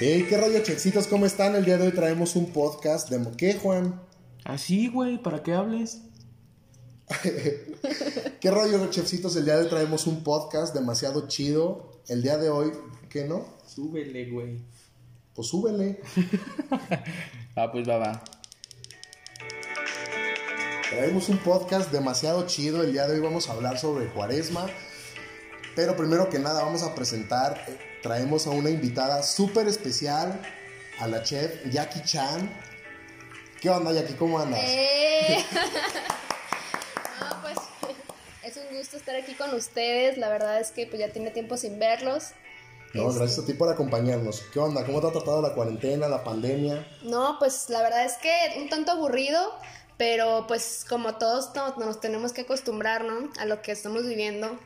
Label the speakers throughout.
Speaker 1: Hey, ¿qué rollo, chexitos? ¿Cómo están? El día de hoy traemos un podcast de Moqué, Juan.
Speaker 2: Así, güey, ¿para qué hables?
Speaker 1: ¿Qué rollo, chefcitos? El día de hoy traemos un podcast demasiado chido. El día de hoy, ¿qué no?
Speaker 2: Súbele, güey.
Speaker 1: Pues súbele.
Speaker 2: Ah, pues va, va.
Speaker 1: Traemos un podcast demasiado chido. El día de hoy vamos a hablar sobre cuaresma. Pero primero que nada vamos a presentar, eh, traemos a una invitada súper especial, a la chef Jackie Chan. ¿Qué onda Jackie? ¿Cómo andas?
Speaker 3: ¡Eh! no, pues es un gusto estar aquí con ustedes. La verdad es que pues, ya tiene tiempo sin verlos.
Speaker 1: no,
Speaker 3: Este,
Speaker 1: gracias a ti por acompañarnos. ¿Qué onda? ¿Cómo te ha tratado la cuarentena, la pandemia?
Speaker 3: No, pues la verdad es que un tanto aburrido, pero pues como todos no- nos tenemos que acostumbrar, ¿no? A lo que estamos viviendo.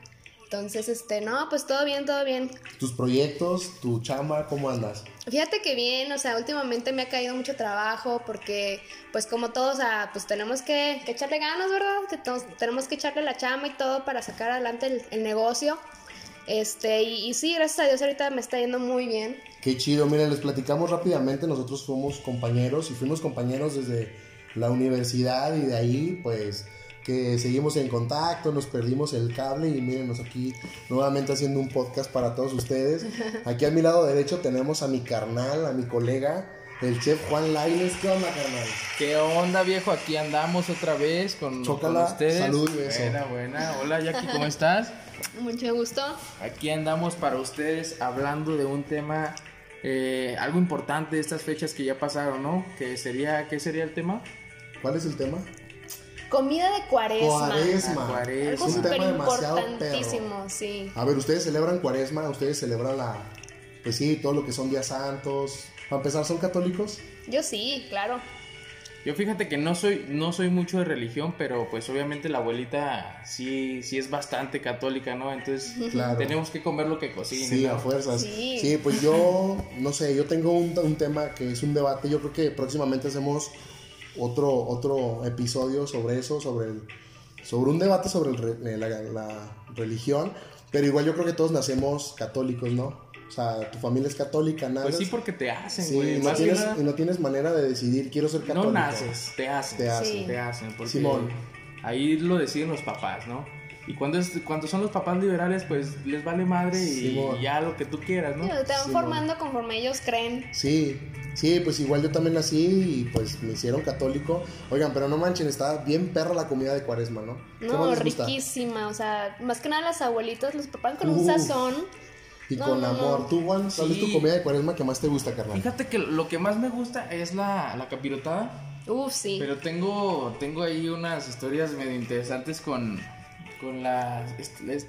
Speaker 3: Entonces, este, no, pues todo bien, todo bien.
Speaker 1: ¿Tus proyectos? ¿Tu chamba? ¿Cómo andas?
Speaker 3: Fíjate que bien, o sea, últimamente me ha caído mucho trabajo porque, pues como todos, o sea, pues tenemos que, que echarle ganas, ¿verdad? Que tos- tenemos que echarle la chama y todo para sacar adelante el, el negocio. Este, y, y sí, gracias a Dios ahorita me está yendo muy bien.
Speaker 1: Qué chido, miren, les platicamos rápidamente, nosotros fuimos compañeros y fuimos compañeros desde la universidad y de ahí pues que seguimos en contacto, nos perdimos el cable y mírenos aquí nuevamente haciendo un podcast para todos ustedes. Aquí a mi lado derecho tenemos a mi carnal, a mi colega, el chef Juan Laines. ¿Qué onda, carnal?
Speaker 2: ¿Qué onda, viejo? Aquí andamos otra vez con,
Speaker 1: Chócala,
Speaker 2: con ustedes.
Speaker 1: salud y beso.
Speaker 2: Buena, buena. Hola, Jackie, ¿cómo estás?
Speaker 3: Mucho gusto.
Speaker 2: Aquí andamos para ustedes hablando de un tema, eh, algo importante de estas fechas que ya pasaron, ¿no? Que sería, ¿Qué sería el tema?
Speaker 1: ¿Cuál es el tema?
Speaker 3: Comida de cuaresma.
Speaker 2: Ah,
Speaker 1: Cuaresma.
Speaker 2: cuaresma.
Speaker 1: Es
Speaker 3: Algo
Speaker 1: un
Speaker 3: súper
Speaker 1: tema demasiado perro.
Speaker 3: importantísimo, sí.
Speaker 1: A ver, ustedes celebran cuaresma, ustedes celebran la... Pues sí, todo lo que son días santos. Para empezar, ¿son católicos?
Speaker 3: Yo sí, claro.
Speaker 2: Yo fíjate que no soy, no soy mucho de religión, pero pues obviamente la abuelita sí, sí es bastante católica, ¿no? Entonces
Speaker 1: Claro.
Speaker 2: tenemos que comer lo que
Speaker 1: Sí,
Speaker 2: cocine.
Speaker 1: a
Speaker 2: ¿no?
Speaker 1: fuerzas. Sí.
Speaker 3: Sí.
Speaker 1: pues yo, no sé, yo tengo un, un tema que es un debate. Yo creo que próximamente hacemos otro, otro episodio sobre eso, sobre, el- sobre un debate sobre el re- eh, la, la religión. Pero igual yo creo que todos nacemos católicos, ¿no? O sea, tu familia es católica, nada.
Speaker 2: Pues sí, porque te hacen,
Speaker 1: Sí,
Speaker 2: güey.
Speaker 1: y, no
Speaker 2: Más que
Speaker 1: tienes,
Speaker 2: nada,
Speaker 1: y no tienes manera de decidir, quiero ser católico.
Speaker 2: no naces, te hacen.
Speaker 1: Te hacen.
Speaker 3: Sí.
Speaker 2: Te hacen, porque
Speaker 1: Simón.
Speaker 2: ahí lo deciden los papás, ¿no? Y cuando, es, cuando son los papás liberales, pues les vale madre y
Speaker 1: Simón.
Speaker 2: ya lo que tú quieras, ¿no?
Speaker 3: Digo, Te van
Speaker 1: Sí,
Speaker 3: formando conforme ellos creen.
Speaker 1: Sí, sí, pues igual yo también nací y pues me hicieron católico. Oigan, pero no manchen, está bien perra la comida de cuaresma, ¿no? ¿Cómo
Speaker 3: No,
Speaker 1: les gusta?
Speaker 3: riquísima, o sea, más que nada las abuelitas los preparan con un
Speaker 1: Uf.
Speaker 3: sazón.
Speaker 1: Y
Speaker 3: No,
Speaker 1: con
Speaker 3: no,
Speaker 1: amor.
Speaker 3: no.
Speaker 1: ¿Tú, Juan, cuál es tu
Speaker 2: Sí.
Speaker 1: comida de cuaresma que más te gusta, carnal?
Speaker 2: Fíjate que lo que más me gusta es la, la capirotada.
Speaker 3: Uf, sí.
Speaker 2: Pero tengo, tengo ahí unas historias medio interesantes con, con las, est- les-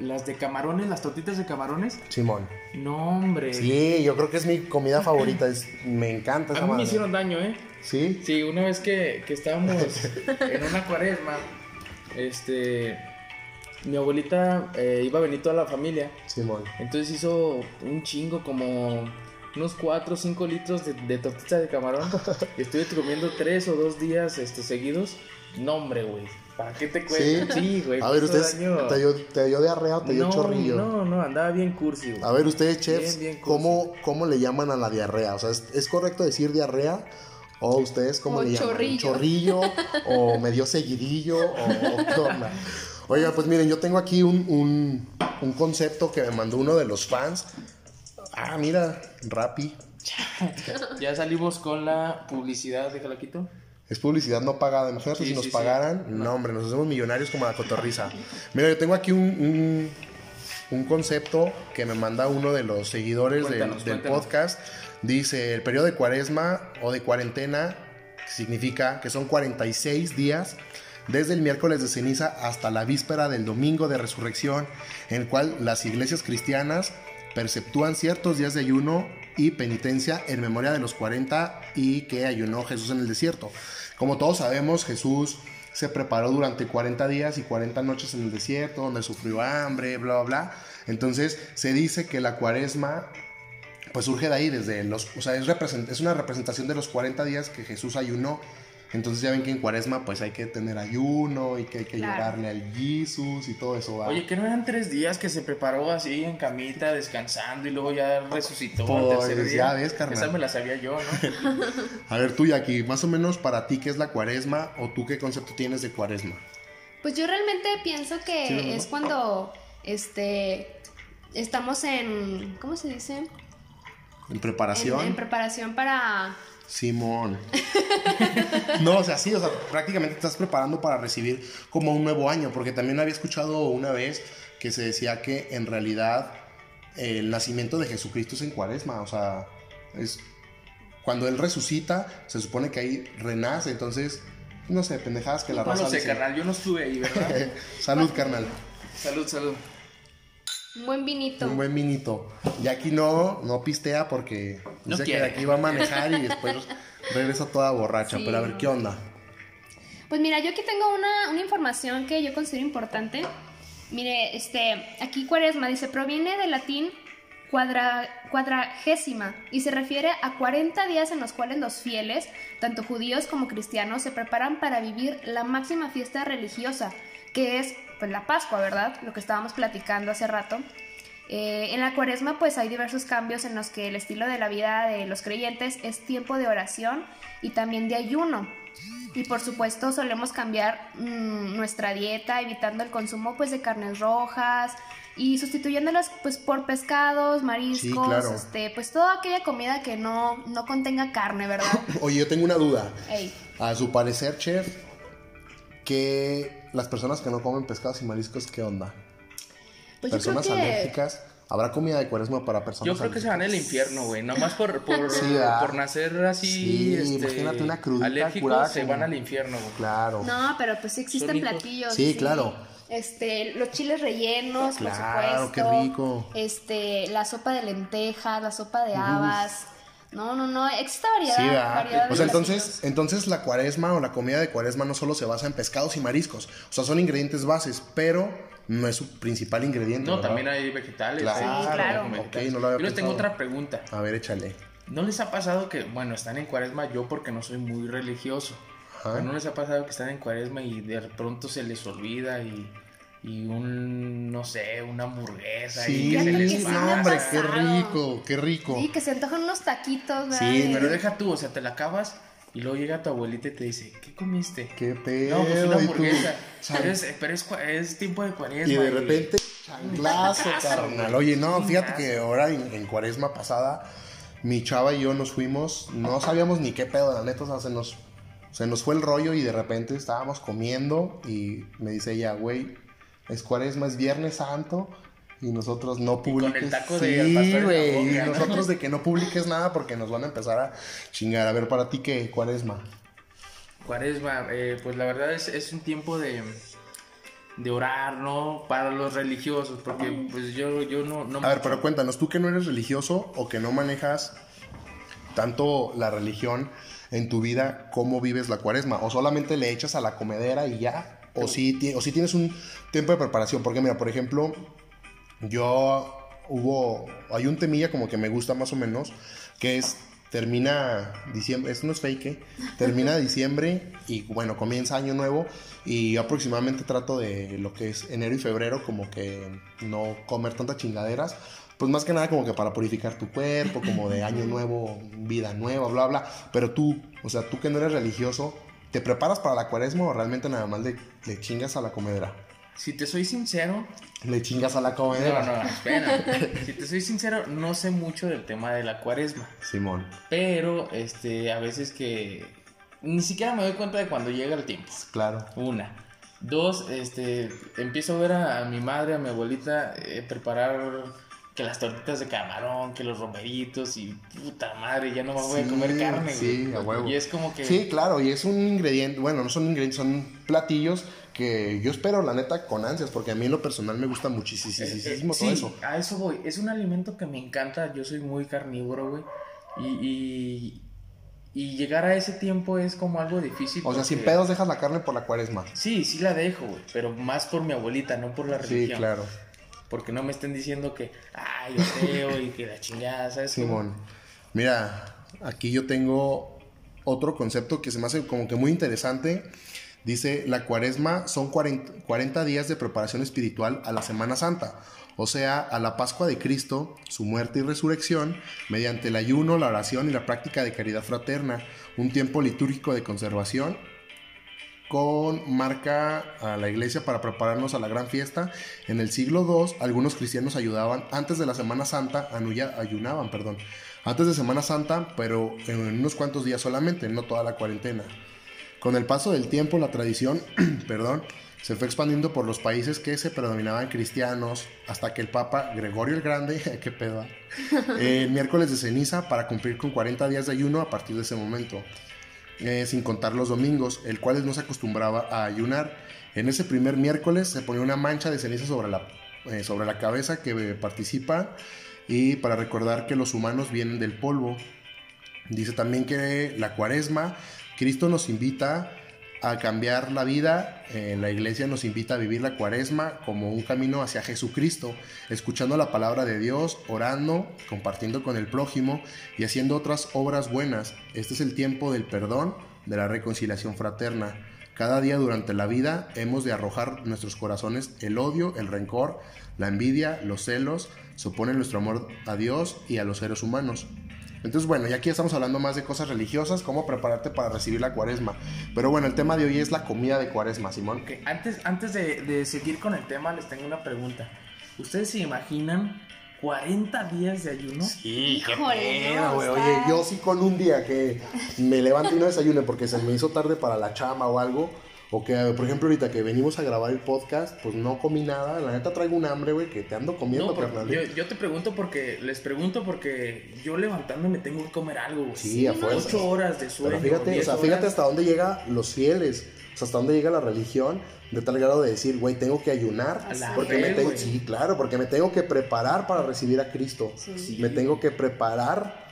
Speaker 2: las de camarones, las tortitas de camarones.
Speaker 1: Simón.
Speaker 2: No, hombre.
Speaker 1: Sí, yo creo que es mi comida favorita. es- me encanta
Speaker 2: A
Speaker 1: esa
Speaker 2: mí
Speaker 1: madre.
Speaker 2: me hicieron daño, ¿eh?
Speaker 1: ¿Sí?
Speaker 2: Sí, una vez que, que estábamos en una cuaresma, este, mi abuelita eh, iba a venir toda la familia.
Speaker 1: Simón.
Speaker 2: Entonces hizo un chingo, como unos 4 o 5 litros de, de tortita de camarón. Y estuve comiendo 3 o 2 días este, seguidos. No, hombre, güey. ¿Para qué te cuento?
Speaker 1: ¿Sí?
Speaker 2: güey.
Speaker 1: A ver,
Speaker 2: hizo
Speaker 1: ustedes,
Speaker 2: daño.
Speaker 1: ¿te dio, te dio diarrea o te dio
Speaker 2: no,
Speaker 1: chorrillo?
Speaker 2: No, no, andaba bien cursi, güey.
Speaker 1: A ver, ustedes, chefs,
Speaker 2: Bien, bien
Speaker 1: ¿cómo, ¿cómo le llaman a la diarrea? O sea, ¿es, es correcto decir diarrea? ¿O ustedes cómo
Speaker 3: O
Speaker 1: le llaman?
Speaker 3: chorrillo.
Speaker 1: ¿Chorrillo? ¿O me dio seguidillo? ¿O, o qué onda? Oiga, pues miren, yo tengo aquí un, un, un concepto que me mandó uno de los fans. Ah, mira, Rappi.
Speaker 2: Ya salimos con la publicidad, déjala quito.
Speaker 1: Es publicidad no pagada. Imagínate
Speaker 2: Sí,
Speaker 1: si nos
Speaker 2: sí, sí.
Speaker 1: pagaran. No, hombre, nos hacemos millonarios como la cotorriza. Mira, yo tengo aquí un, un, un concepto que me manda uno de los seguidores del,
Speaker 2: Cuéntanos,
Speaker 1: del
Speaker 2: cuéntanos.
Speaker 1: podcast. Dice, el periodo de cuaresma o de cuarentena significa que son 46 días desde el miércoles de ceniza hasta la víspera del domingo de resurrección, en el cual las iglesias cristianas perceptúan ciertos días de ayuno y penitencia en memoria de los 40 y que ayunó Jesús en el desierto. Como todos sabemos, Jesús se preparó durante 40 días y 40 noches en el desierto, donde sufrió hambre, bla, bla, bla. Entonces se dice que la cuaresma pues surge de ahí, desde los, o sea, es, represent- es una representación de los 40 días que Jesús ayunó. Entonces ya ven que en cuaresma pues hay que tener ayuno y que hay que
Speaker 3: Claro.
Speaker 1: llorarle al Jesús y todo eso. ¿va?
Speaker 2: Oye, que no eran tres días que se preparó así en camita, descansando y luego ya resucitó. al
Speaker 1: Pues,
Speaker 2: tercer día?
Speaker 1: ya ves, carnal.
Speaker 2: Esa me la sabía yo, ¿no?
Speaker 1: A ver tú, Jackie, más o menos para ti qué es la cuaresma o tú qué concepto tienes de cuaresma.
Speaker 3: Pues yo realmente pienso que
Speaker 1: Sí, ¿no?
Speaker 3: es cuando este estamos en ¿cómo se dice? En-
Speaker 1: ¿En
Speaker 3: En,
Speaker 1: preparación?
Speaker 3: preparación para
Speaker 1: Simón. no, o sea, sí, o sea, prácticamente te estás preparando para recibir como un nuevo año, porque también había escuchado una vez que se decía que en realidad el nacimiento de Jesucristo es en cuaresma, o sea, es cuando Él resucita, se supone que ahí renace, entonces, no sé, pendejadas que la
Speaker 2: No
Speaker 1: raza
Speaker 2: lo sé,
Speaker 1: dice. Eh,
Speaker 2: carnal, yo no estuve ahí, ¿verdad?
Speaker 1: Salud, carnal.
Speaker 2: salud, salud.
Speaker 3: un buen vinito.
Speaker 1: Un buen minito. Y aquí no, no pistea porque
Speaker 2: No
Speaker 1: dice que
Speaker 2: quiere.
Speaker 1: de aquí va a manejar y después regresa toda borracha.
Speaker 3: Sí,
Speaker 1: Pero a ver,
Speaker 3: no.
Speaker 1: ¿qué onda?
Speaker 3: Pues mira, yo aquí tengo una, una información que yo considero importante. Mire, este, aquí cuaresma dice, proviene del latín cuadra, cuadragésima y se refiere a 40 días en los cuales los fieles, tanto judíos como cristianos, se preparan para vivir la máxima fiesta religiosa, que es pues, la Pascua, ¿verdad? Lo que estábamos platicando hace rato. Eh, en la cuaresma pues hay diversos cambios en los que el estilo de la vida de los creyentes es tiempo de oración y también de ayuno. Y por supuesto solemos cambiar mm, nuestra dieta evitando el consumo pues de carnes rojas y sustituyéndolas pues por pescados, mariscos,
Speaker 1: claro.
Speaker 3: este, pues toda aquella comida que no, no contenga carne, ¿verdad?
Speaker 1: Oye, yo tengo una duda.
Speaker 3: Ey.
Speaker 1: A su parecer, chef, que las personas que no comen pescados y mariscos, ¿qué onda?
Speaker 3: Pues yo creo
Speaker 1: personas
Speaker 3: que...
Speaker 1: alérgicas. ¿Habrá comida de cuaresma para personas
Speaker 2: Yo creo que se van al infierno, güey. Nomás por, por,
Speaker 1: Sí, ¿verdad?
Speaker 2: por nacer así.
Speaker 1: Sí,
Speaker 2: este,
Speaker 1: imagínate una crudita
Speaker 2: alérgico,
Speaker 1: curada
Speaker 2: se
Speaker 1: con-
Speaker 2: van al infierno, güey.
Speaker 1: Claro.
Speaker 3: No, pero pues sí existen
Speaker 2: Sonido.
Speaker 3: platillos.
Speaker 1: Sí, claro.
Speaker 3: Este, los chiles rellenos,
Speaker 1: Claro,
Speaker 3: por supuesto.
Speaker 1: qué rico.
Speaker 3: Este, la sopa de lentejas, la sopa de habas. No, no, no, existe variedad.
Speaker 1: Sí,
Speaker 3: variedad
Speaker 1: ¿verdad?
Speaker 3: de
Speaker 1: O sea,
Speaker 3: platillos.
Speaker 1: entonces, entonces la cuaresma o la comida de cuaresma no solo se basa en pescados y mariscos. O sea, son ingredientes bases, pero no es su principal ingrediente.
Speaker 2: No,
Speaker 1: ¿verdad?
Speaker 2: también hay vegetales. eh,
Speaker 1: Claro.
Speaker 2: hay
Speaker 1: Sí,
Speaker 2: vegetales,
Speaker 3: claro.
Speaker 2: hay vegetales.
Speaker 1: Ok, no lo había
Speaker 2: Yo les tengo
Speaker 1: pensado.
Speaker 2: otra pregunta.
Speaker 1: A ver, échale.
Speaker 2: ¿No les ha pasado que, bueno, están en cuaresma yo porque no soy muy religioso?
Speaker 1: Ajá.
Speaker 2: pero ¿No les ha pasado que están en cuaresma y de pronto se les olvida y, y un, no sé, una hamburguesa y
Speaker 1: Sí,
Speaker 2: que se
Speaker 3: fíjate
Speaker 2: les
Speaker 3: que sí me
Speaker 1: no,
Speaker 2: pasa?
Speaker 3: ha
Speaker 1: hombre, qué
Speaker 3: pasado.
Speaker 1: rico, qué rico.
Speaker 3: Sí, que se antojan unos taquitos, ¿verdad?
Speaker 1: Sí,
Speaker 3: De-
Speaker 2: Pero deja tú, o sea, te la acabas y luego llega tu abuelita y te dice, ¿qué comiste?
Speaker 1: Qué pedo.
Speaker 2: No, pues una
Speaker 1: y tú,
Speaker 2: hamburguesa.
Speaker 1: chan-
Speaker 2: Pero es, pero es, cua- es tiempo de cuaresma.
Speaker 1: y de repente, chanclazo, carnal. Oye, no,
Speaker 2: Un
Speaker 1: fíjate
Speaker 2: caso.
Speaker 1: que ahora en, en cuaresma pasada, mi chava y yo nos fuimos, no sabíamos ni qué pedo, la neta, o sea, se nos, se nos fue el rollo y de repente estábamos comiendo y me dice ella, güey, es cuaresma, es viernes santo. Y nosotros no
Speaker 2: con el
Speaker 1: publiques.
Speaker 2: taco
Speaker 1: sí,
Speaker 2: de al pastor en la
Speaker 1: güey,
Speaker 2: boca,
Speaker 1: y
Speaker 2: ¿no?
Speaker 1: nosotros de que no publiques nada porque nos van a empezar a chingar. A ver, para ti, ¿qué? Cuaresma.
Speaker 2: Cuaresma, eh, pues la verdad es, es un tiempo de, de orar, ¿no? Para los religiosos, porque pues yo, yo no... no
Speaker 1: A ver, pero cuéntanos, tú que no eres religioso o que no manejas tanto la religión en tu vida, ¿cómo vives la cuaresma? ¿O solamente le echas a la comedera y ya? ¿O si o sí tienes un tiempo de preparación? Porque mira, por ejemplo, yo hubo, hay un temilla como que me gusta más o menos, que es, termina diciembre, esto no es fake, ¿eh? termina diciembre y bueno, comienza año nuevo y yo aproximadamente trato de lo que es enero y febrero como que no comer tantas chingaderas. Pues más que nada como que para purificar tu cuerpo, como de año nuevo, vida nueva, bla, bla. Pero tú, o sea, tú que no eres religioso, ¿te preparas para la cuaresma o realmente nada más le, le chingas a la comedera?
Speaker 2: Si te soy sincero,
Speaker 1: Le chingas a la comedera.
Speaker 2: No, no, espera. si te soy sincero, no sé mucho del tema de la cuaresma.
Speaker 1: Simón.
Speaker 2: Pero, este, a veces que ni siquiera me doy cuenta de cuando llega el tiempo.
Speaker 1: Pues, Claro.
Speaker 2: Una. Dos, este, empiezo a ver a, a mi madre, a mi abuelita eh, preparar que las tortitas de camarón, que los romeritos y puta madre, ya no me voy a
Speaker 1: Sí,
Speaker 2: comer carne.
Speaker 1: sí,
Speaker 2: güey.
Speaker 1: a huevo.
Speaker 2: Y es como que...
Speaker 1: Sí, claro, y es un ingrediente, bueno, no son ingredientes, son platillos que yo espero, la neta, con ansias, porque a mí en lo personal me gusta
Speaker 2: Eh, eh,
Speaker 1: muchísimo
Speaker 2: sí,
Speaker 1: todo eso.
Speaker 2: a eso voy. Es un alimento que me encanta. Yo soy muy carnívoro, güey. Y, y, y llegar a ese tiempo es como algo difícil.
Speaker 1: O sea, sin
Speaker 2: porque-
Speaker 1: pedos dejas la carne por la cuaresma.
Speaker 2: Sí, sí la dejo, güey. Pero más por mi abuelita, no por la
Speaker 1: Sí,
Speaker 2: religión.
Speaker 1: claro.
Speaker 2: Porque no me estén diciendo que, ay, yo creo y que la chingada, ¿sabes?
Speaker 1: Simón, mira, aquí yo tengo otro concepto que se me hace como que muy interesante. Dice, la cuaresma son 40, 40 días de preparación espiritual a la Semana Santa, o sea, a la Pascua de Cristo, su muerte y resurrección, mediante el ayuno, la oración y la práctica de caridad fraterna, un tiempo litúrgico de conservación con marca a la iglesia para prepararnos a la gran fiesta. En el siglo II, algunos cristianos ayudaban antes de la Semana Santa, anuya- ayunaban, perdón, antes de Semana Santa, pero en unos cuantos días solamente, no toda la cuarentena. Con el paso del tiempo, la tradición, perdón, se fue expandiendo por los países que se predominaban cristianos, hasta que el Papa Gregorio el Grande, qué pedo, ah? el miércoles de ceniza para cumplir con 40 días de ayuno a partir de ese momento. Eh, sin contar los domingos, el cual no se acostumbraba a ayunar. En ese primer miércoles se ponía una mancha de ceniza sobre la, eh, sobre la cabeza que eh, participa y para recordar que los humanos vienen del polvo. Dice también que la cuaresma, Cristo nos invita a cambiar la vida, eh, la iglesia nos invita a vivir la cuaresma como un camino hacia Jesucristo, escuchando la palabra de Dios, orando, compartiendo con el prójimo y haciendo otras obras buenas. Este es el tiempo del perdón, de la reconciliación fraterna. Cada día durante la vida hemos de arrojar nuestros corazones el odio, el rencor, la envidia, los celos, suponen nuestro amor a Dios y a los seres humanos. Entonces, bueno, ya aquí estamos hablando más de cosas religiosas, cómo prepararte para recibir la cuaresma. Pero bueno, el tema de hoy es la comida de cuaresma, Simón.
Speaker 2: Ok, antes, antes de, de seguir con el tema, les tengo una pregunta. ¿Ustedes se imaginan 40 días de ayuno?
Speaker 1: Sí,
Speaker 3: qué Híjole, pedo, no, güey. está-
Speaker 1: Oye, yo sí con un día que me levanto y no desayuno porque se me hizo tarde para la chama o algo. O que, por ejemplo, ahorita que venimos a grabar el podcast, pues no comí nada. La neta traigo un hambre, güey, que te ando comiendo,
Speaker 2: No, porque
Speaker 1: carnal. ¿eh?
Speaker 2: yo, yo te pregunto porque, les pregunto porque yo levantándome tengo que comer algo, güey.
Speaker 1: Sí, a
Speaker 3: no,
Speaker 1: fuerza.
Speaker 2: 8 horas de sueño.
Speaker 1: Pero fíjate, o
Speaker 2: 10
Speaker 1: sea, fíjate
Speaker 2: horas.
Speaker 1: hasta dónde llega los fieles, o sea, hasta dónde llega la religión de tal grado de decir, güey, tengo que ayunar
Speaker 3: A la
Speaker 1: porque me
Speaker 2: vez,
Speaker 1: tengo,
Speaker 2: güey.
Speaker 1: sí, claro, porque me tengo que preparar para recibir a Cristo.
Speaker 3: Sí.
Speaker 2: Sí.
Speaker 1: Me tengo que preparar.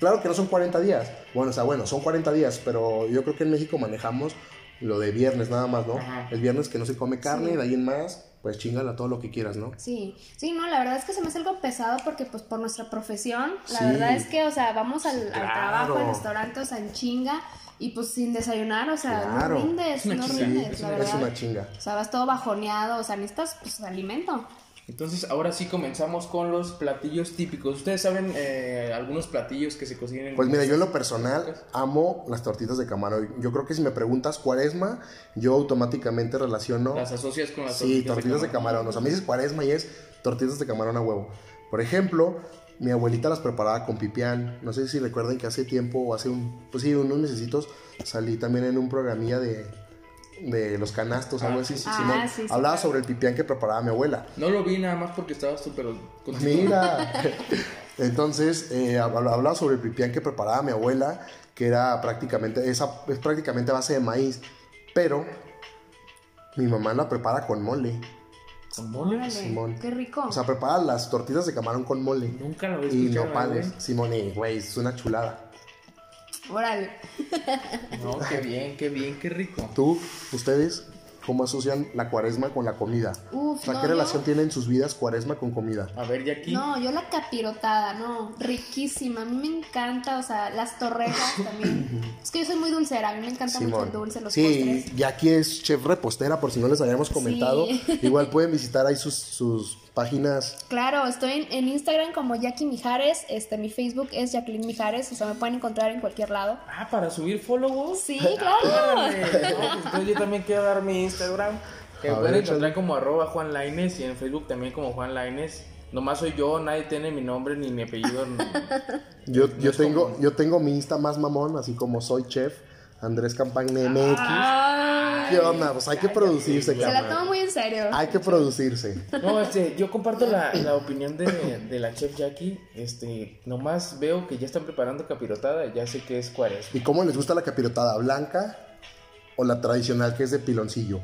Speaker 1: Claro que no son 40 días. Bueno, o sea, bueno, son 40 días, pero yo creo que en México manejamos lo de viernes nada más, ¿no?
Speaker 2: Ajá.
Speaker 1: El viernes que no se come carne,
Speaker 3: Sí.
Speaker 1: de ahí en más, pues chingala todo lo que quieras, ¿no?
Speaker 3: Sí, sí, no, la verdad es que se me hace algo pesado porque pues por nuestra profesión, la
Speaker 1: Sí.
Speaker 3: verdad es que, o sea, vamos al, al
Speaker 1: Claro.
Speaker 3: trabajo, al restaurante, o sea, en chinga y pues sin desayunar, o sea,
Speaker 1: Claro.
Speaker 3: no rindes,
Speaker 2: Es una
Speaker 3: no
Speaker 2: chinga.
Speaker 3: rindes,
Speaker 1: es
Speaker 3: la
Speaker 1: una- es
Speaker 3: verdad.
Speaker 1: una chinga.
Speaker 3: O sea, vas todo bajoneado, o sea, necesitas pues alimento.
Speaker 2: Entonces, ahora sí comenzamos con los platillos típicos. ¿Ustedes saben eh, algunos platillos que se cocinan?
Speaker 1: Pues mira, yo en lo personal amo las tortitas de camarón. Yo creo que si me preguntas cuaresma, yo automáticamente relaciono...
Speaker 2: Las asocias con las
Speaker 1: sí, tortitas de camarón. O sea, me dices cuaresma y es tortitas de camarón a huevo. Por ejemplo, mi abuelita las preparaba con pipián. No sé si recuerden que hace tiempo, o hace un... Pues sí, unos necesitos salí también en un programilla de, de los canastos,
Speaker 2: Ah,
Speaker 1: algo así.
Speaker 2: sí,
Speaker 3: sí,
Speaker 1: Simón.
Speaker 3: Ah, sí, sí,
Speaker 1: Hablaba
Speaker 3: claro.
Speaker 1: sobre el pipián que preparaba mi abuela.
Speaker 2: No lo vi nada más porque estabas tú, pero continúa.
Speaker 1: Mira. Entonces, eh, hab- hablaba sobre el pipián que preparaba mi abuela, que era prácticamente, esa, es prácticamente a base de maíz, pero mi mamá la prepara con mole.
Speaker 2: ¿Con mole?
Speaker 3: Órale,
Speaker 1: Simón.
Speaker 3: qué rico.
Speaker 1: O sea, prepara las tortitas de camarón con mole
Speaker 2: Nunca lo he
Speaker 1: y
Speaker 2: escuchado.
Speaker 1: nopales. Simón, y güey, es una chulada.
Speaker 3: Órale.
Speaker 2: güey. No, qué bien, qué bien, qué rico.
Speaker 1: ¿Tú, ustedes, cómo asocian la cuaresma con la comida? O
Speaker 3: Uf,
Speaker 1: sea,
Speaker 3: no,
Speaker 1: ¿qué
Speaker 3: yo-
Speaker 1: relación tienen sus vidas cuaresma con comida?
Speaker 2: A ver, Jackie.
Speaker 3: No, yo la capirotada, no, riquísima, a mí me encanta, o sea, las torrejas también. Es que yo soy muy dulcera, a mí me encanta mucho el dulce, los
Speaker 1: sí,
Speaker 3: postres.
Speaker 1: y aquí es chef repostera, por si no les habíamos comentado.
Speaker 3: Sí.
Speaker 1: Igual pueden visitar ahí sus, sus páginas.
Speaker 3: Claro, estoy en, en Instagram como Jackie Mijares, este, mi Facebook es Jacqueline Mijares, o sea, me pueden encontrar en cualquier lado.
Speaker 2: Ah, para subir followers.
Speaker 3: Sí, claro.
Speaker 2: Órale. No, pues, entonces yo también quiero dar mi Instagram. Que
Speaker 1: A
Speaker 2: pueden
Speaker 1: ver,
Speaker 2: encontrar como arroba Juan Laines y en Facebook también como Juan Laines. Nomás soy yo, nadie tiene mi nombre ni mi apellido. ni-
Speaker 1: Yo, yo,
Speaker 2: es
Speaker 1: tengo,
Speaker 2: común.
Speaker 1: yo tengo mi Insta más mamón, así como soy chef Andrés Campagne MX.
Speaker 3: Ay,
Speaker 1: ¿Qué onda? Pues hay que producirse,
Speaker 3: se la
Speaker 1: carnal.
Speaker 3: toma muy en serio.
Speaker 1: Hay que producirse.
Speaker 2: No, este, yo comparto la, la opinión de, de la chef Jackie. Este, nomás veo que ya están preparando capirotada, ya sé que es cuaresma.
Speaker 1: ¿Y cómo les gusta la capirotada? ¿Blanca o la tradicional que es de piloncillo?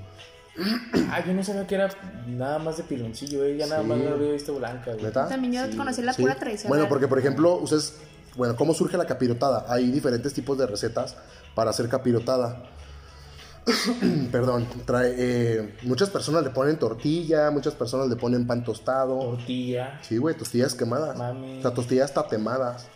Speaker 2: Ah, yo no sabía que era nada más de piloncillo, eh. Ya nada
Speaker 1: Sí.
Speaker 2: más lo había visto blanca, güey.
Speaker 1: ¿Neta?
Speaker 3: También yo
Speaker 2: Sí,
Speaker 3: conocí la
Speaker 1: Sí.
Speaker 3: pura tradicional.
Speaker 1: Bueno, porque por ejemplo, ustedes, bueno, ¿cómo surge la capirotada? Hay diferentes tipos de recetas para hacer capirotada. Perdón, trae, eh, muchas personas le ponen tortilla, muchas personas le ponen pan tostado.
Speaker 2: Tortilla.
Speaker 1: Sí, güey, tostillas quemadas.
Speaker 2: Mami.
Speaker 1: O sea, tostillas tatemadas.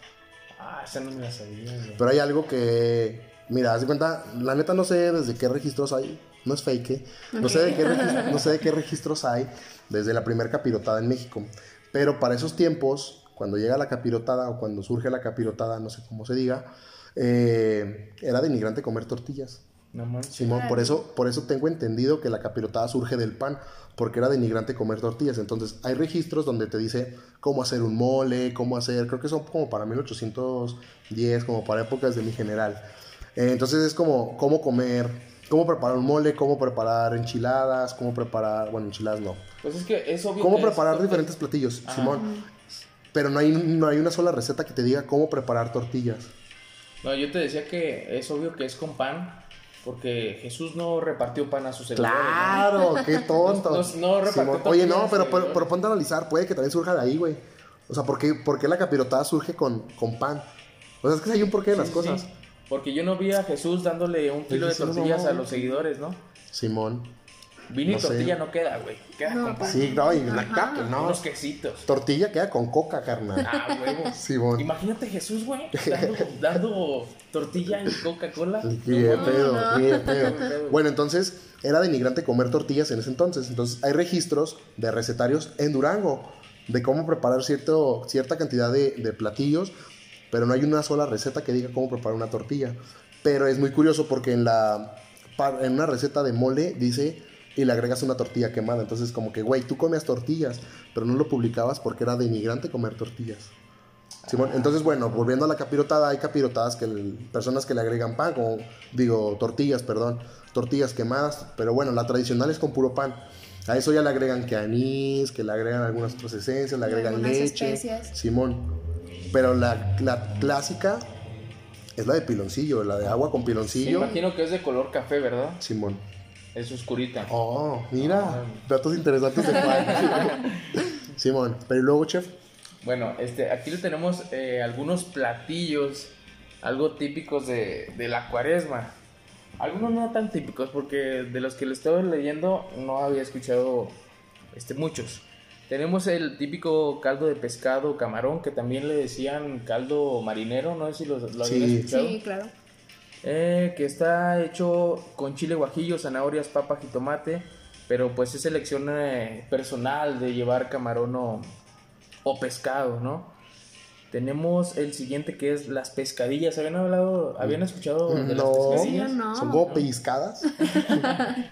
Speaker 2: Ah, esa no me la sabía, güey.
Speaker 1: Pero hay algo que. Mira, haz de cuenta, la neta no sé desde qué registros hay. No es fake. ¿eh? No, sé de qué regis- no sé de qué registros hay desde la primera capirotada en México. Pero para esos tiempos, cuando llega la capirotada o cuando surge la capirotada, no sé cómo se diga, eh, era denigrante comer tortillas.
Speaker 2: No manches.
Speaker 1: Simón, por
Speaker 3: Órale.
Speaker 1: eso, por eso tengo entendido que la capirotada surge del pan, porque era denigrante comer tortillas. Entonces, hay registros donde te dice cómo hacer un mole, cómo hacer, creo que son como para 1810, como para épocas de mi general. Eh, entonces, es como cómo comer, cómo preparar un mole, cómo preparar enchiladas, cómo preparar, bueno, enchiladas no.
Speaker 2: Pues es que es obvio.
Speaker 1: Cómo
Speaker 2: que es-
Speaker 1: preparar diferentes platillos,
Speaker 2: Ajá.
Speaker 1: Simón. Pero no hay, no hay una sola receta que te diga cómo preparar tortillas.
Speaker 2: No, yo te decía que es obvio que es con pan. Porque Jesús no repartió pan a sus seguidores. ¿no?
Speaker 1: Claro, qué tonto.
Speaker 2: No, no, no repartió
Speaker 1: Simón.
Speaker 2: tortillas,
Speaker 1: Oye, no, pero,
Speaker 2: güey,
Speaker 1: pero,
Speaker 2: ¿no?
Speaker 1: pero ponte a analizar, puede que también surja de ahí, güey. O sea, ¿por qué, por qué la capirotada surge con, con pan? O sea, es que hay un porqué de las
Speaker 2: Sí,
Speaker 1: cosas.
Speaker 2: sí. Porque yo no vi a Jesús dándole un kilo de
Speaker 1: Jesús no,
Speaker 2: tortillas a
Speaker 1: no.
Speaker 2: los seguidores, ¿no?
Speaker 1: Simón.
Speaker 2: Vino
Speaker 1: No
Speaker 2: y
Speaker 1: sé.
Speaker 2: tortilla no queda, güey. Queda
Speaker 3: No,
Speaker 2: con pan.
Speaker 1: Sí, no, y la
Speaker 3: Ajá.
Speaker 1: capa, no.
Speaker 2: Unos quesitos.
Speaker 1: Tortilla queda con coca, carnal.
Speaker 2: Ah, huevo.
Speaker 1: Simón.
Speaker 2: Imagínate Jesús, güey, dando, dando tortilla y Coca-Cola.
Speaker 1: Ni de pedo,
Speaker 3: no.
Speaker 1: ni de pedo. Bueno, entonces era denigrante comer tortillas en ese entonces. Entonces hay registros de recetarios en Durango de cómo preparar cierto, cierta cantidad de, de platillos, pero no hay una sola receta que diga cómo preparar una tortilla. Pero es muy curioso porque en, la, par- en una receta de mole dice y le agregas una tortilla quemada. Entonces como que, güey, tú comías tortillas, pero no lo publicabas porque era denigrante comer tortillas. Simón,
Speaker 3: Ah.
Speaker 1: entonces bueno, volviendo a la capirotada, hay capirotadas que el- personas que le agregan pan, como, digo, tortillas, perdón, tortillas quemadas, pero bueno, la tradicional es con puro pan. A eso ya le agregan que anís, que le agregan algunas otras esencias, le
Speaker 3: Y
Speaker 1: agregan
Speaker 3: algunas
Speaker 1: leche,
Speaker 3: especias.
Speaker 1: Simón. Pero la, la clásica es la de piloncillo, la de agua con
Speaker 2: Me
Speaker 1: piloncillo,
Speaker 2: imagino que es de color café, ¿verdad?
Speaker 1: Simón.
Speaker 2: Es oscurita.
Speaker 1: Oh, mira,
Speaker 2: Ay.
Speaker 1: datos interesantes de Juan. Simón, pero luego, chef,
Speaker 2: Bueno, este, aquí le tenemos eh, algunos platillos, algo típicos de, de la cuaresma. Algunos no tan típicos, porque de los que le estaba leyendo no había escuchado este, muchos. Tenemos el típico caldo de pescado o camarón, que también le decían caldo marinero, no sé si lo, lo habían
Speaker 1: Sí.
Speaker 2: escuchado.
Speaker 3: Sí, claro.
Speaker 2: Eh, que está hecho con chile guajillo, zanahorias, papa, jitomate, pero pues es elección eh, personal de llevar camarón o, o pescado, ¿no? Tenemos el siguiente que es las pescadillas. ¿Habían hablado, habían escuchado de las
Speaker 1: No.
Speaker 2: pescadillas?
Speaker 3: Sí, No.
Speaker 1: son como pellizcadas.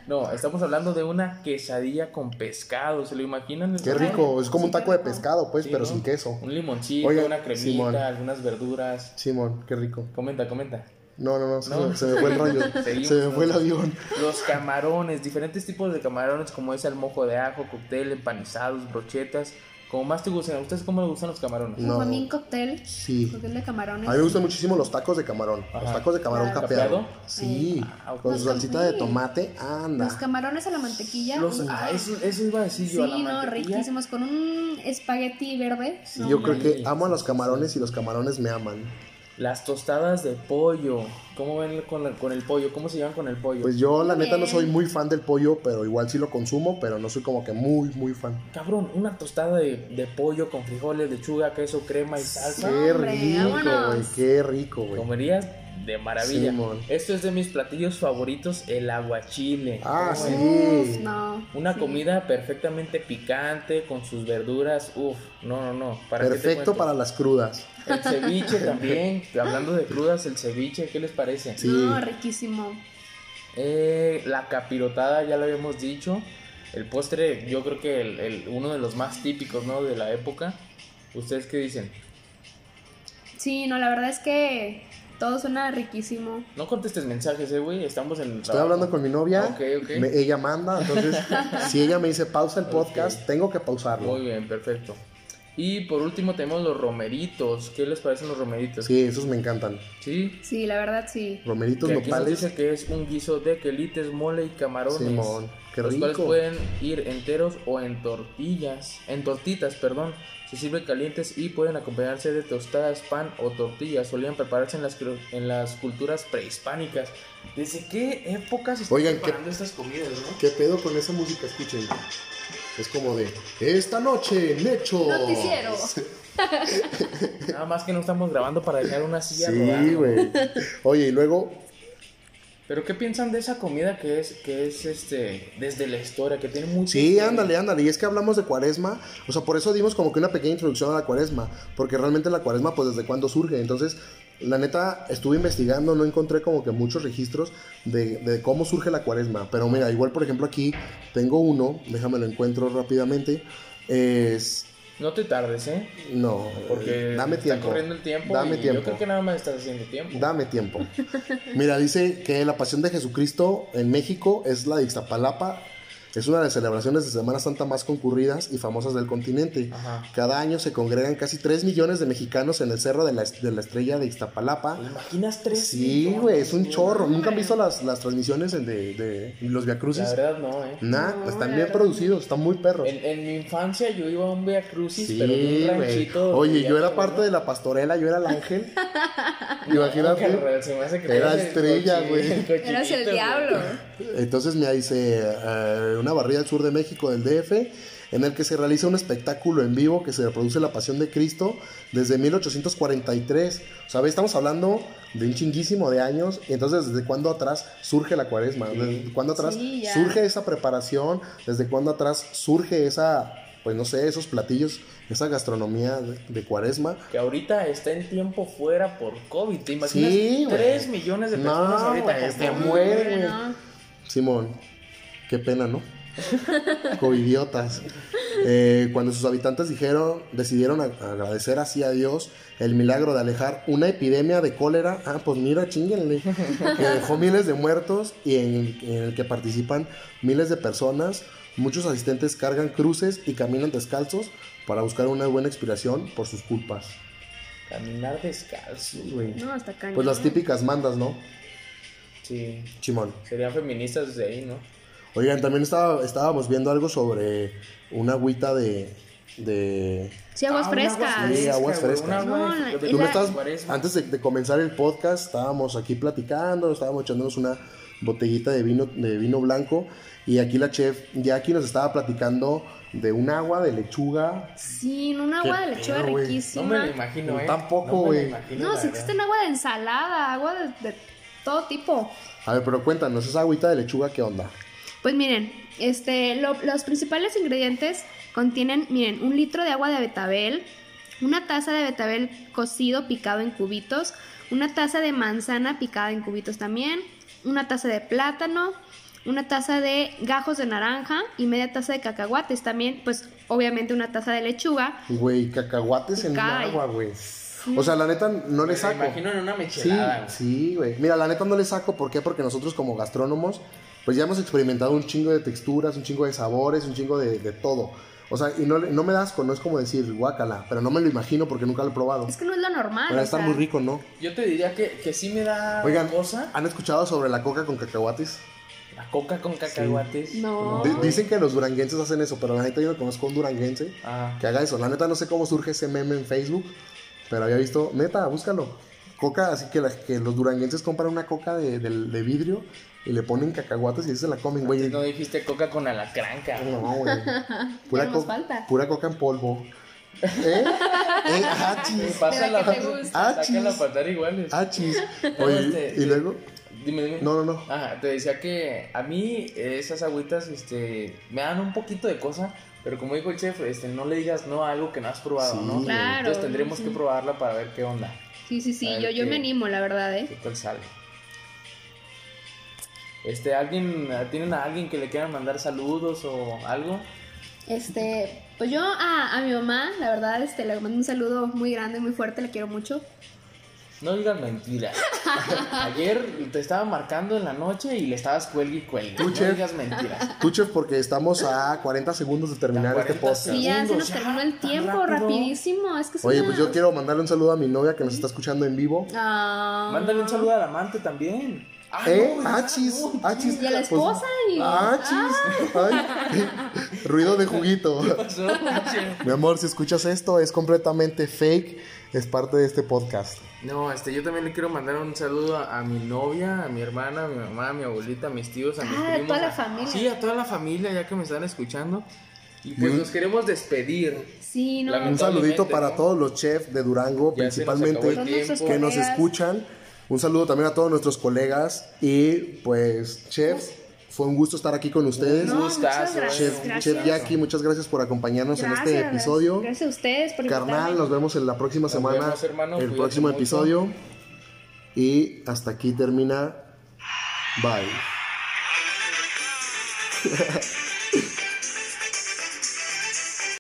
Speaker 2: No, estamos hablando de una quesadilla con pescado, ¿se lo imaginan?
Speaker 1: Qué rico, es como un
Speaker 3: Sí, qué
Speaker 1: taco de
Speaker 3: rico.
Speaker 1: pescado, pues,
Speaker 2: Sí,
Speaker 1: pero
Speaker 2: ¿no?
Speaker 1: sin queso.
Speaker 2: Un limoncito,
Speaker 1: Oiga,
Speaker 2: una cremita,
Speaker 1: Simón.
Speaker 2: algunas verduras.
Speaker 1: Simón, qué rico.
Speaker 2: Comenta, comenta.
Speaker 1: No, no, no, se,
Speaker 2: No.
Speaker 1: se me fue el rollo.
Speaker 2: Seguimos.
Speaker 1: se me fue el avión.
Speaker 2: Los camarones, diferentes tipos de camarones como es al mojo de ajo, cóctel, empanizados, brochetas, como más te gusten. ¿A ustedes cómo les gustan los camarones?
Speaker 1: No.
Speaker 3: Fue mi cóctel,
Speaker 1: Sí.
Speaker 3: cóctel de camarones.
Speaker 1: A mí me gustan muchísimo los tacos de camarón. Los
Speaker 2: Ajá.
Speaker 1: tacos de camarón
Speaker 3: Claro.
Speaker 1: capeado.
Speaker 2: ¿Capeado?
Speaker 1: Sí,
Speaker 2: Ah, ok.
Speaker 1: con su
Speaker 3: Los
Speaker 1: salsita de
Speaker 3: tamales.
Speaker 1: tomate, anda.
Speaker 3: Los camarones a la mantequilla.
Speaker 2: Los,
Speaker 3: Uf.
Speaker 2: ah, eso, eso iba a decir
Speaker 3: Sí,
Speaker 2: yo a la
Speaker 3: no,
Speaker 2: mantequilla.
Speaker 3: riquísimos. Con un espagueti verde. No,
Speaker 1: Yo creo que
Speaker 2: manches.
Speaker 1: amo a los camarones y los camarones me aman.
Speaker 2: Las tostadas de pollo. ¿Cómo ven con, la- con el pollo? ¿Cómo se llevan con el pollo?
Speaker 1: Pues yo, la neta, no
Speaker 3: Bien.
Speaker 1: soy muy fan del pollo, pero igual sí lo consumo, pero no soy como que muy, muy fan.
Speaker 2: Cabrón, una tostada de, de pollo con frijoles, lechuga, queso, crema y salsa.
Speaker 1: Qué
Speaker 3: hombre,
Speaker 1: rico, güey,
Speaker 3: vámonos.
Speaker 1: qué rico, güey.
Speaker 2: Comerías de maravilla.
Speaker 1: Simón.
Speaker 2: Esto es de mis platillos favoritos, el aguachile.
Speaker 1: Ah,
Speaker 2: ¿Cómo ven?
Speaker 1: Sí.
Speaker 3: no.
Speaker 2: Una
Speaker 3: Sí.
Speaker 2: comida perfectamente picante con sus verduras. Uf, no, no, no. ¿para qué te
Speaker 1: Perfecto
Speaker 2: cuento?
Speaker 1: para las crudas.
Speaker 2: El ceviche también. Hablando de crudas, el ceviche, ¿qué les parece?
Speaker 1: Sí.
Speaker 3: No, riquísimo.
Speaker 2: Eh, la capirotada, ya lo habíamos dicho. El postre, yo creo que el, el- uno de los más típicos, ¿no? De la época. ¿Ustedes qué dicen?
Speaker 3: Sí, no, la verdad es que todo suena riquísimo.
Speaker 2: No contestes mensajes, eh, güey. Estamos en el
Speaker 1: Estoy
Speaker 2: trabajo.
Speaker 1: hablando con mi novia,
Speaker 2: Ok, ok.
Speaker 1: me- ella manda, entonces si ella me dice pausa el
Speaker 2: Ok.
Speaker 1: podcast, tengo que pausarlo.
Speaker 2: Muy bien, perfecto. Y por último tenemos los romeritos. ¿Qué les parecen los romeritos?
Speaker 1: Sí, esos me encantan.
Speaker 2: ¿Sí?
Speaker 3: Sí, la verdad sí.
Speaker 1: Romeritos
Speaker 2: Que aquí nos
Speaker 1: nopales.
Speaker 2: dice que es un guiso de quelites, mole y camarones.
Speaker 1: Simón. Qué
Speaker 2: los cuales
Speaker 1: rico.
Speaker 2: pueden ir enteros o en tortillas, en tortitas, perdón. Se sirven calientes y pueden acompañarse de tostadas, pan o tortillas. Solían prepararse en las, cru- en las culturas prehispánicas. ¿Desde qué época se están
Speaker 1: Oigan, ¿qué-
Speaker 2: preparando estas comidas, no?
Speaker 1: ¿Qué pedo con esa música? Escuchen. Es como de esta noche, Necho.
Speaker 3: Noticiero.
Speaker 2: Nada más que no estamos grabando para dejar una silla
Speaker 1: Sí,
Speaker 2: rodando.
Speaker 1: güey. Oye, y luego,
Speaker 2: Pero ¿qué piensan de esa comida que es, que es este, desde la historia, que tiene mucho...
Speaker 1: Sí, ándale, ándale. Y es que hablamos de cuaresma. O sea, por eso dimos como que una pequeña introducción a la cuaresma. Porque realmente la cuaresma, pues desde cuándo surge. Entonces, la neta, estuve investigando, no encontré como que muchos registros de, de cómo surge la cuaresma. Pero mira, igual, por ejemplo, aquí tengo uno. Déjame lo encuentro rápidamente. Es.
Speaker 2: No te tardes, ¿eh?
Speaker 1: No, eh,
Speaker 2: Porque
Speaker 1: dame
Speaker 2: está
Speaker 1: tiempo.
Speaker 2: corriendo el tiempo
Speaker 1: Dame
Speaker 2: y
Speaker 1: tiempo.
Speaker 2: yo creo que nada más estás haciendo tiempo.
Speaker 1: Dame tiempo. Mira, dice que la pasión de Jesucristo en México es la de Ixtapalapa. Es una de las celebraciones de Semana Santa más concurridas y famosas del continente.
Speaker 2: Ajá.
Speaker 1: Cada año se congregan casi 3 millones de mexicanos en el Cerro de la, de la Estrella de Ixtapalapa.
Speaker 2: ¿Te imaginas tres?
Speaker 1: Sí, güey, es un
Speaker 2: millones,
Speaker 1: chorro.
Speaker 2: güey?
Speaker 1: ¿Nunca han visto las, las transmisiones en de, de los
Speaker 2: La
Speaker 1: Viacrucis?
Speaker 2: verdad no, ¿eh?
Speaker 1: Nah,
Speaker 3: No,
Speaker 1: están
Speaker 3: la
Speaker 1: bien
Speaker 3: verdad.
Speaker 1: producidos, están muy perros.
Speaker 2: En, en mi infancia yo iba a un Via Crucis,
Speaker 1: Sí,
Speaker 2: pero de un
Speaker 1: güey.
Speaker 2: ranchito.
Speaker 1: Oye, yo era parte de la pastorela, yo era el ángel. Imagínate. Era estrella, güey.
Speaker 3: Eras el diablo.
Speaker 1: Entonces me dice eh, una barriada al sur de México del DF en el que se realiza un espectáculo en vivo que se reproduce la Pasión de Cristo desde 1843. O sea, ve, estamos hablando de un chinguísimo de años. Y entonces, ¿desde cuándo atrás surge la cuaresma? ¿Desde cuándo atrás
Speaker 3: Sí, ya.
Speaker 1: surge esa preparación? ¿Desde cuándo atrás surge esa, pues no sé, esos platillos, esa gastronomía de, de cuaresma?
Speaker 2: Que ahorita está en tiempo fuera por COVID. ¿Te imaginas?
Speaker 1: Sí, güey.
Speaker 2: 3 millones de
Speaker 1: No,
Speaker 2: personas ahorita.
Speaker 1: güey,
Speaker 2: con
Speaker 1: te
Speaker 2: COVID.
Speaker 1: mueres.
Speaker 3: Hombre, no.
Speaker 1: Simón, qué pena, ¿no? Covidiotas. Eh, cuando sus habitantes dijeron, decidieron a- agradecer así a Dios el milagro de alejar una epidemia de cólera, ah, pues mira, chinguenle, que dejó miles de muertos y en, en el que participan miles de personas. Muchos asistentes cargan cruces y caminan descalzos para buscar una buena expiración por sus culpas.
Speaker 2: Caminar descalzo.
Speaker 3: No, hasta cañón.
Speaker 1: Pues las típicas mandas, ¿no?
Speaker 2: Sí.
Speaker 1: Chimón.
Speaker 2: Serían feministas desde ahí, ¿no?
Speaker 1: Oigan, también estaba- estábamos viendo algo sobre una agüita de. de-
Speaker 3: Sí, aguas
Speaker 2: Ah, un agua
Speaker 3: frescas.
Speaker 1: Sí, aguas
Speaker 2: güey,
Speaker 1: frescas.
Speaker 2: un agua
Speaker 3: No,
Speaker 2: de- de-
Speaker 3: y
Speaker 1: Tú me
Speaker 3: la-
Speaker 1: estabas-
Speaker 2: Cuaresma.
Speaker 1: antes de, de comenzar el podcast, estábamos aquí platicando, estábamos echándonos una botellita de vino, de vino blanco. Y aquí la chef Jackie nos estaba platicando de un agua de lechuga.
Speaker 3: Sí, en un agua
Speaker 1: Qué
Speaker 3: de lechuga
Speaker 1: pedo, güey.
Speaker 2: No
Speaker 3: riquísima.
Speaker 2: me lo imagino, ¿eh?
Speaker 1: Tampoco,
Speaker 2: No me lo
Speaker 1: güey.
Speaker 2: imagino,
Speaker 3: No,
Speaker 2: la
Speaker 3: sí
Speaker 2: verdad.
Speaker 3: existe en agua de ensalada, agua de, de todo tipo.
Speaker 1: A ver, pero cuéntanos, esa agüita de lechuga, ¿qué onda?
Speaker 3: Pues miren, este, lo- los principales ingredientes contienen, miren, un litro de agua de betabel, una taza de betabel cocido picado en cubitos, una taza de manzana picada en cubitos también, una taza de plátano, una taza de gajos de naranja y media taza de cacahuates también, pues obviamente una taza de lechuga.
Speaker 1: Güey, cacahuates en
Speaker 3: Caray.
Speaker 1: agua, güey. O sea, la neta, no le
Speaker 2: Me
Speaker 1: saco.
Speaker 2: imagino en una
Speaker 1: Sí,
Speaker 2: michelada. güey.
Speaker 1: sí, güey. Mira, la neta no le saco, ¿por qué? Porque nosotros como gastrónomos, pues ya hemos experimentado un chingo de texturas, un chingo de sabores, un chingo de, de todo. O sea, y no, le- no me das con, no es como decir guácala, pero no me lo imagino porque nunca lo he probado.
Speaker 3: Es que no es lo normal.
Speaker 1: Pero
Speaker 3: o
Speaker 1: está
Speaker 3: sea.
Speaker 1: muy rico, ¿no?
Speaker 2: Yo te diría que, que sí me da
Speaker 1: Oigan,
Speaker 2: cosa
Speaker 1: ¿han escuchado sobre la coca con cacahuates?
Speaker 2: la coca con cacahuates.
Speaker 3: No.
Speaker 1: Di- Dicen que los duranguenses hacen eso, pero la neta yo no conozco a un duranguense
Speaker 2: Ah,
Speaker 1: que haga eso. La neta no sé cómo surge ese meme en Facebook, pero había visto, neta, búscalo. Coca, así que, la- que los duranguenses compran una coca de, de- de vidrio y le ponen cacahuates y ahí se la comen, güey.
Speaker 2: antes no dijiste coca con alacrán, cabrón.
Speaker 1: No, güey. Pura,
Speaker 3: Ya nos
Speaker 1: co-
Speaker 3: falta.
Speaker 1: pura coca en polvo. ¿Eh? ¿Eh? Achis.
Speaker 2: Pasa la
Speaker 3: que te gusta.
Speaker 1: Ah,
Speaker 2: Sácala a patar iguales.
Speaker 1: Achis. Oye,
Speaker 3: eh,
Speaker 2: este,
Speaker 1: y luego.
Speaker 2: Dime, dime.
Speaker 1: No, no, no.
Speaker 2: Ajá, te decía que a mí eh, esas agüitas este, me dan un poquito de cosa, pero como dijo el chef, este, no le digas no a algo que no has probado,
Speaker 1: Sí,
Speaker 2: ¿no?
Speaker 1: güey.
Speaker 3: Claro,
Speaker 2: Entonces tendremos
Speaker 3: sí.
Speaker 2: que probarla para ver qué onda,
Speaker 3: Sí, sí, sí,
Speaker 1: Ah,
Speaker 2: A ver
Speaker 3: yo, yo
Speaker 2: qué-
Speaker 3: me animo, la verdad, ¿eh?
Speaker 2: qué tal sale. Este, ¿alguien, ¿Tienen a alguien que le quieran mandar saludos o algo?
Speaker 3: Este, pues yo a, a mi mamá, la verdad, este, le mando un saludo muy grande, muy fuerte, la quiero mucho.
Speaker 2: No digas mentiras. Ayer te estaba marcando en la noche y le estabas cuelgue y cuelgue.
Speaker 1: Tú,
Speaker 2: No
Speaker 1: chef.
Speaker 2: digas mentiras.
Speaker 1: Tú, chef, porque estamos a 40 segundos de terminar
Speaker 2: Ya,
Speaker 1: este
Speaker 2: 40
Speaker 1: podcast.
Speaker 3: Sí, ya se
Speaker 2: Segundos,
Speaker 3: nos
Speaker 2: ya,
Speaker 3: terminó el
Speaker 2: tan
Speaker 3: tiempo,
Speaker 2: rápido.
Speaker 3: rapidísimo. Es que es
Speaker 1: Oye,
Speaker 3: una-
Speaker 1: pues yo quiero mandarle un saludo a mi novia que nos está escuchando en vivo.
Speaker 3: Ah.
Speaker 2: Mándale un saludo al amante también. Ah,
Speaker 1: ¿Eh?
Speaker 2: no, ¿verdad?
Speaker 1: ¡Achis!
Speaker 2: No.
Speaker 1: ¡Achis!
Speaker 3: Y a la
Speaker 1: Pues-
Speaker 3: esposa, y-
Speaker 1: ¡Achis!
Speaker 2: Ah.
Speaker 1: Ay, Ruido de juguito.
Speaker 2: Pasó, chef.
Speaker 1: Mi amor, si escuchas esto, es completamente fake. Es parte de este podcast.
Speaker 2: No, este, yo también le quiero mandar un saludo a, a mi novia, a mi hermana, a mi mamá, a mi abuelita, a mis tíos, a mis
Speaker 3: Ah, a
Speaker 2: primos.
Speaker 3: toda la
Speaker 2: a-
Speaker 3: familia.
Speaker 2: Sí, a toda la familia, ya que me están escuchando. Y pues
Speaker 1: Y un-
Speaker 2: nos queremos despedir.
Speaker 3: Sí, no.
Speaker 2: La-
Speaker 1: Un saludito
Speaker 2: Lamentablemente,
Speaker 1: para
Speaker 2: ¿no?
Speaker 1: todos los chefs de Durango,
Speaker 2: Ya se nos acabó
Speaker 1: principalmente.
Speaker 3: Son
Speaker 2: el
Speaker 3: nuestros
Speaker 2: tiempo.
Speaker 1: que nos
Speaker 3: colegas.
Speaker 1: escuchan. Un saludo también a todos nuestros colegas. Y pues, chef, fue un gusto estar aquí con ustedes.
Speaker 3: No, muchas
Speaker 2: gustazo,
Speaker 3: gracias,
Speaker 1: chef,
Speaker 3: gracias.
Speaker 1: chef Jackie, muchas gracias por acompañarnos
Speaker 3: Gracias,
Speaker 1: en este episodio.
Speaker 3: Gracias a ustedes por
Speaker 1: Carnal,
Speaker 3: invitarme.
Speaker 1: nos vemos en la próxima semana.
Speaker 2: vemos, hermano,
Speaker 1: el
Speaker 2: cuídate
Speaker 1: próximo
Speaker 2: mucho.
Speaker 1: episodio. Y hasta aquí termina. Bye.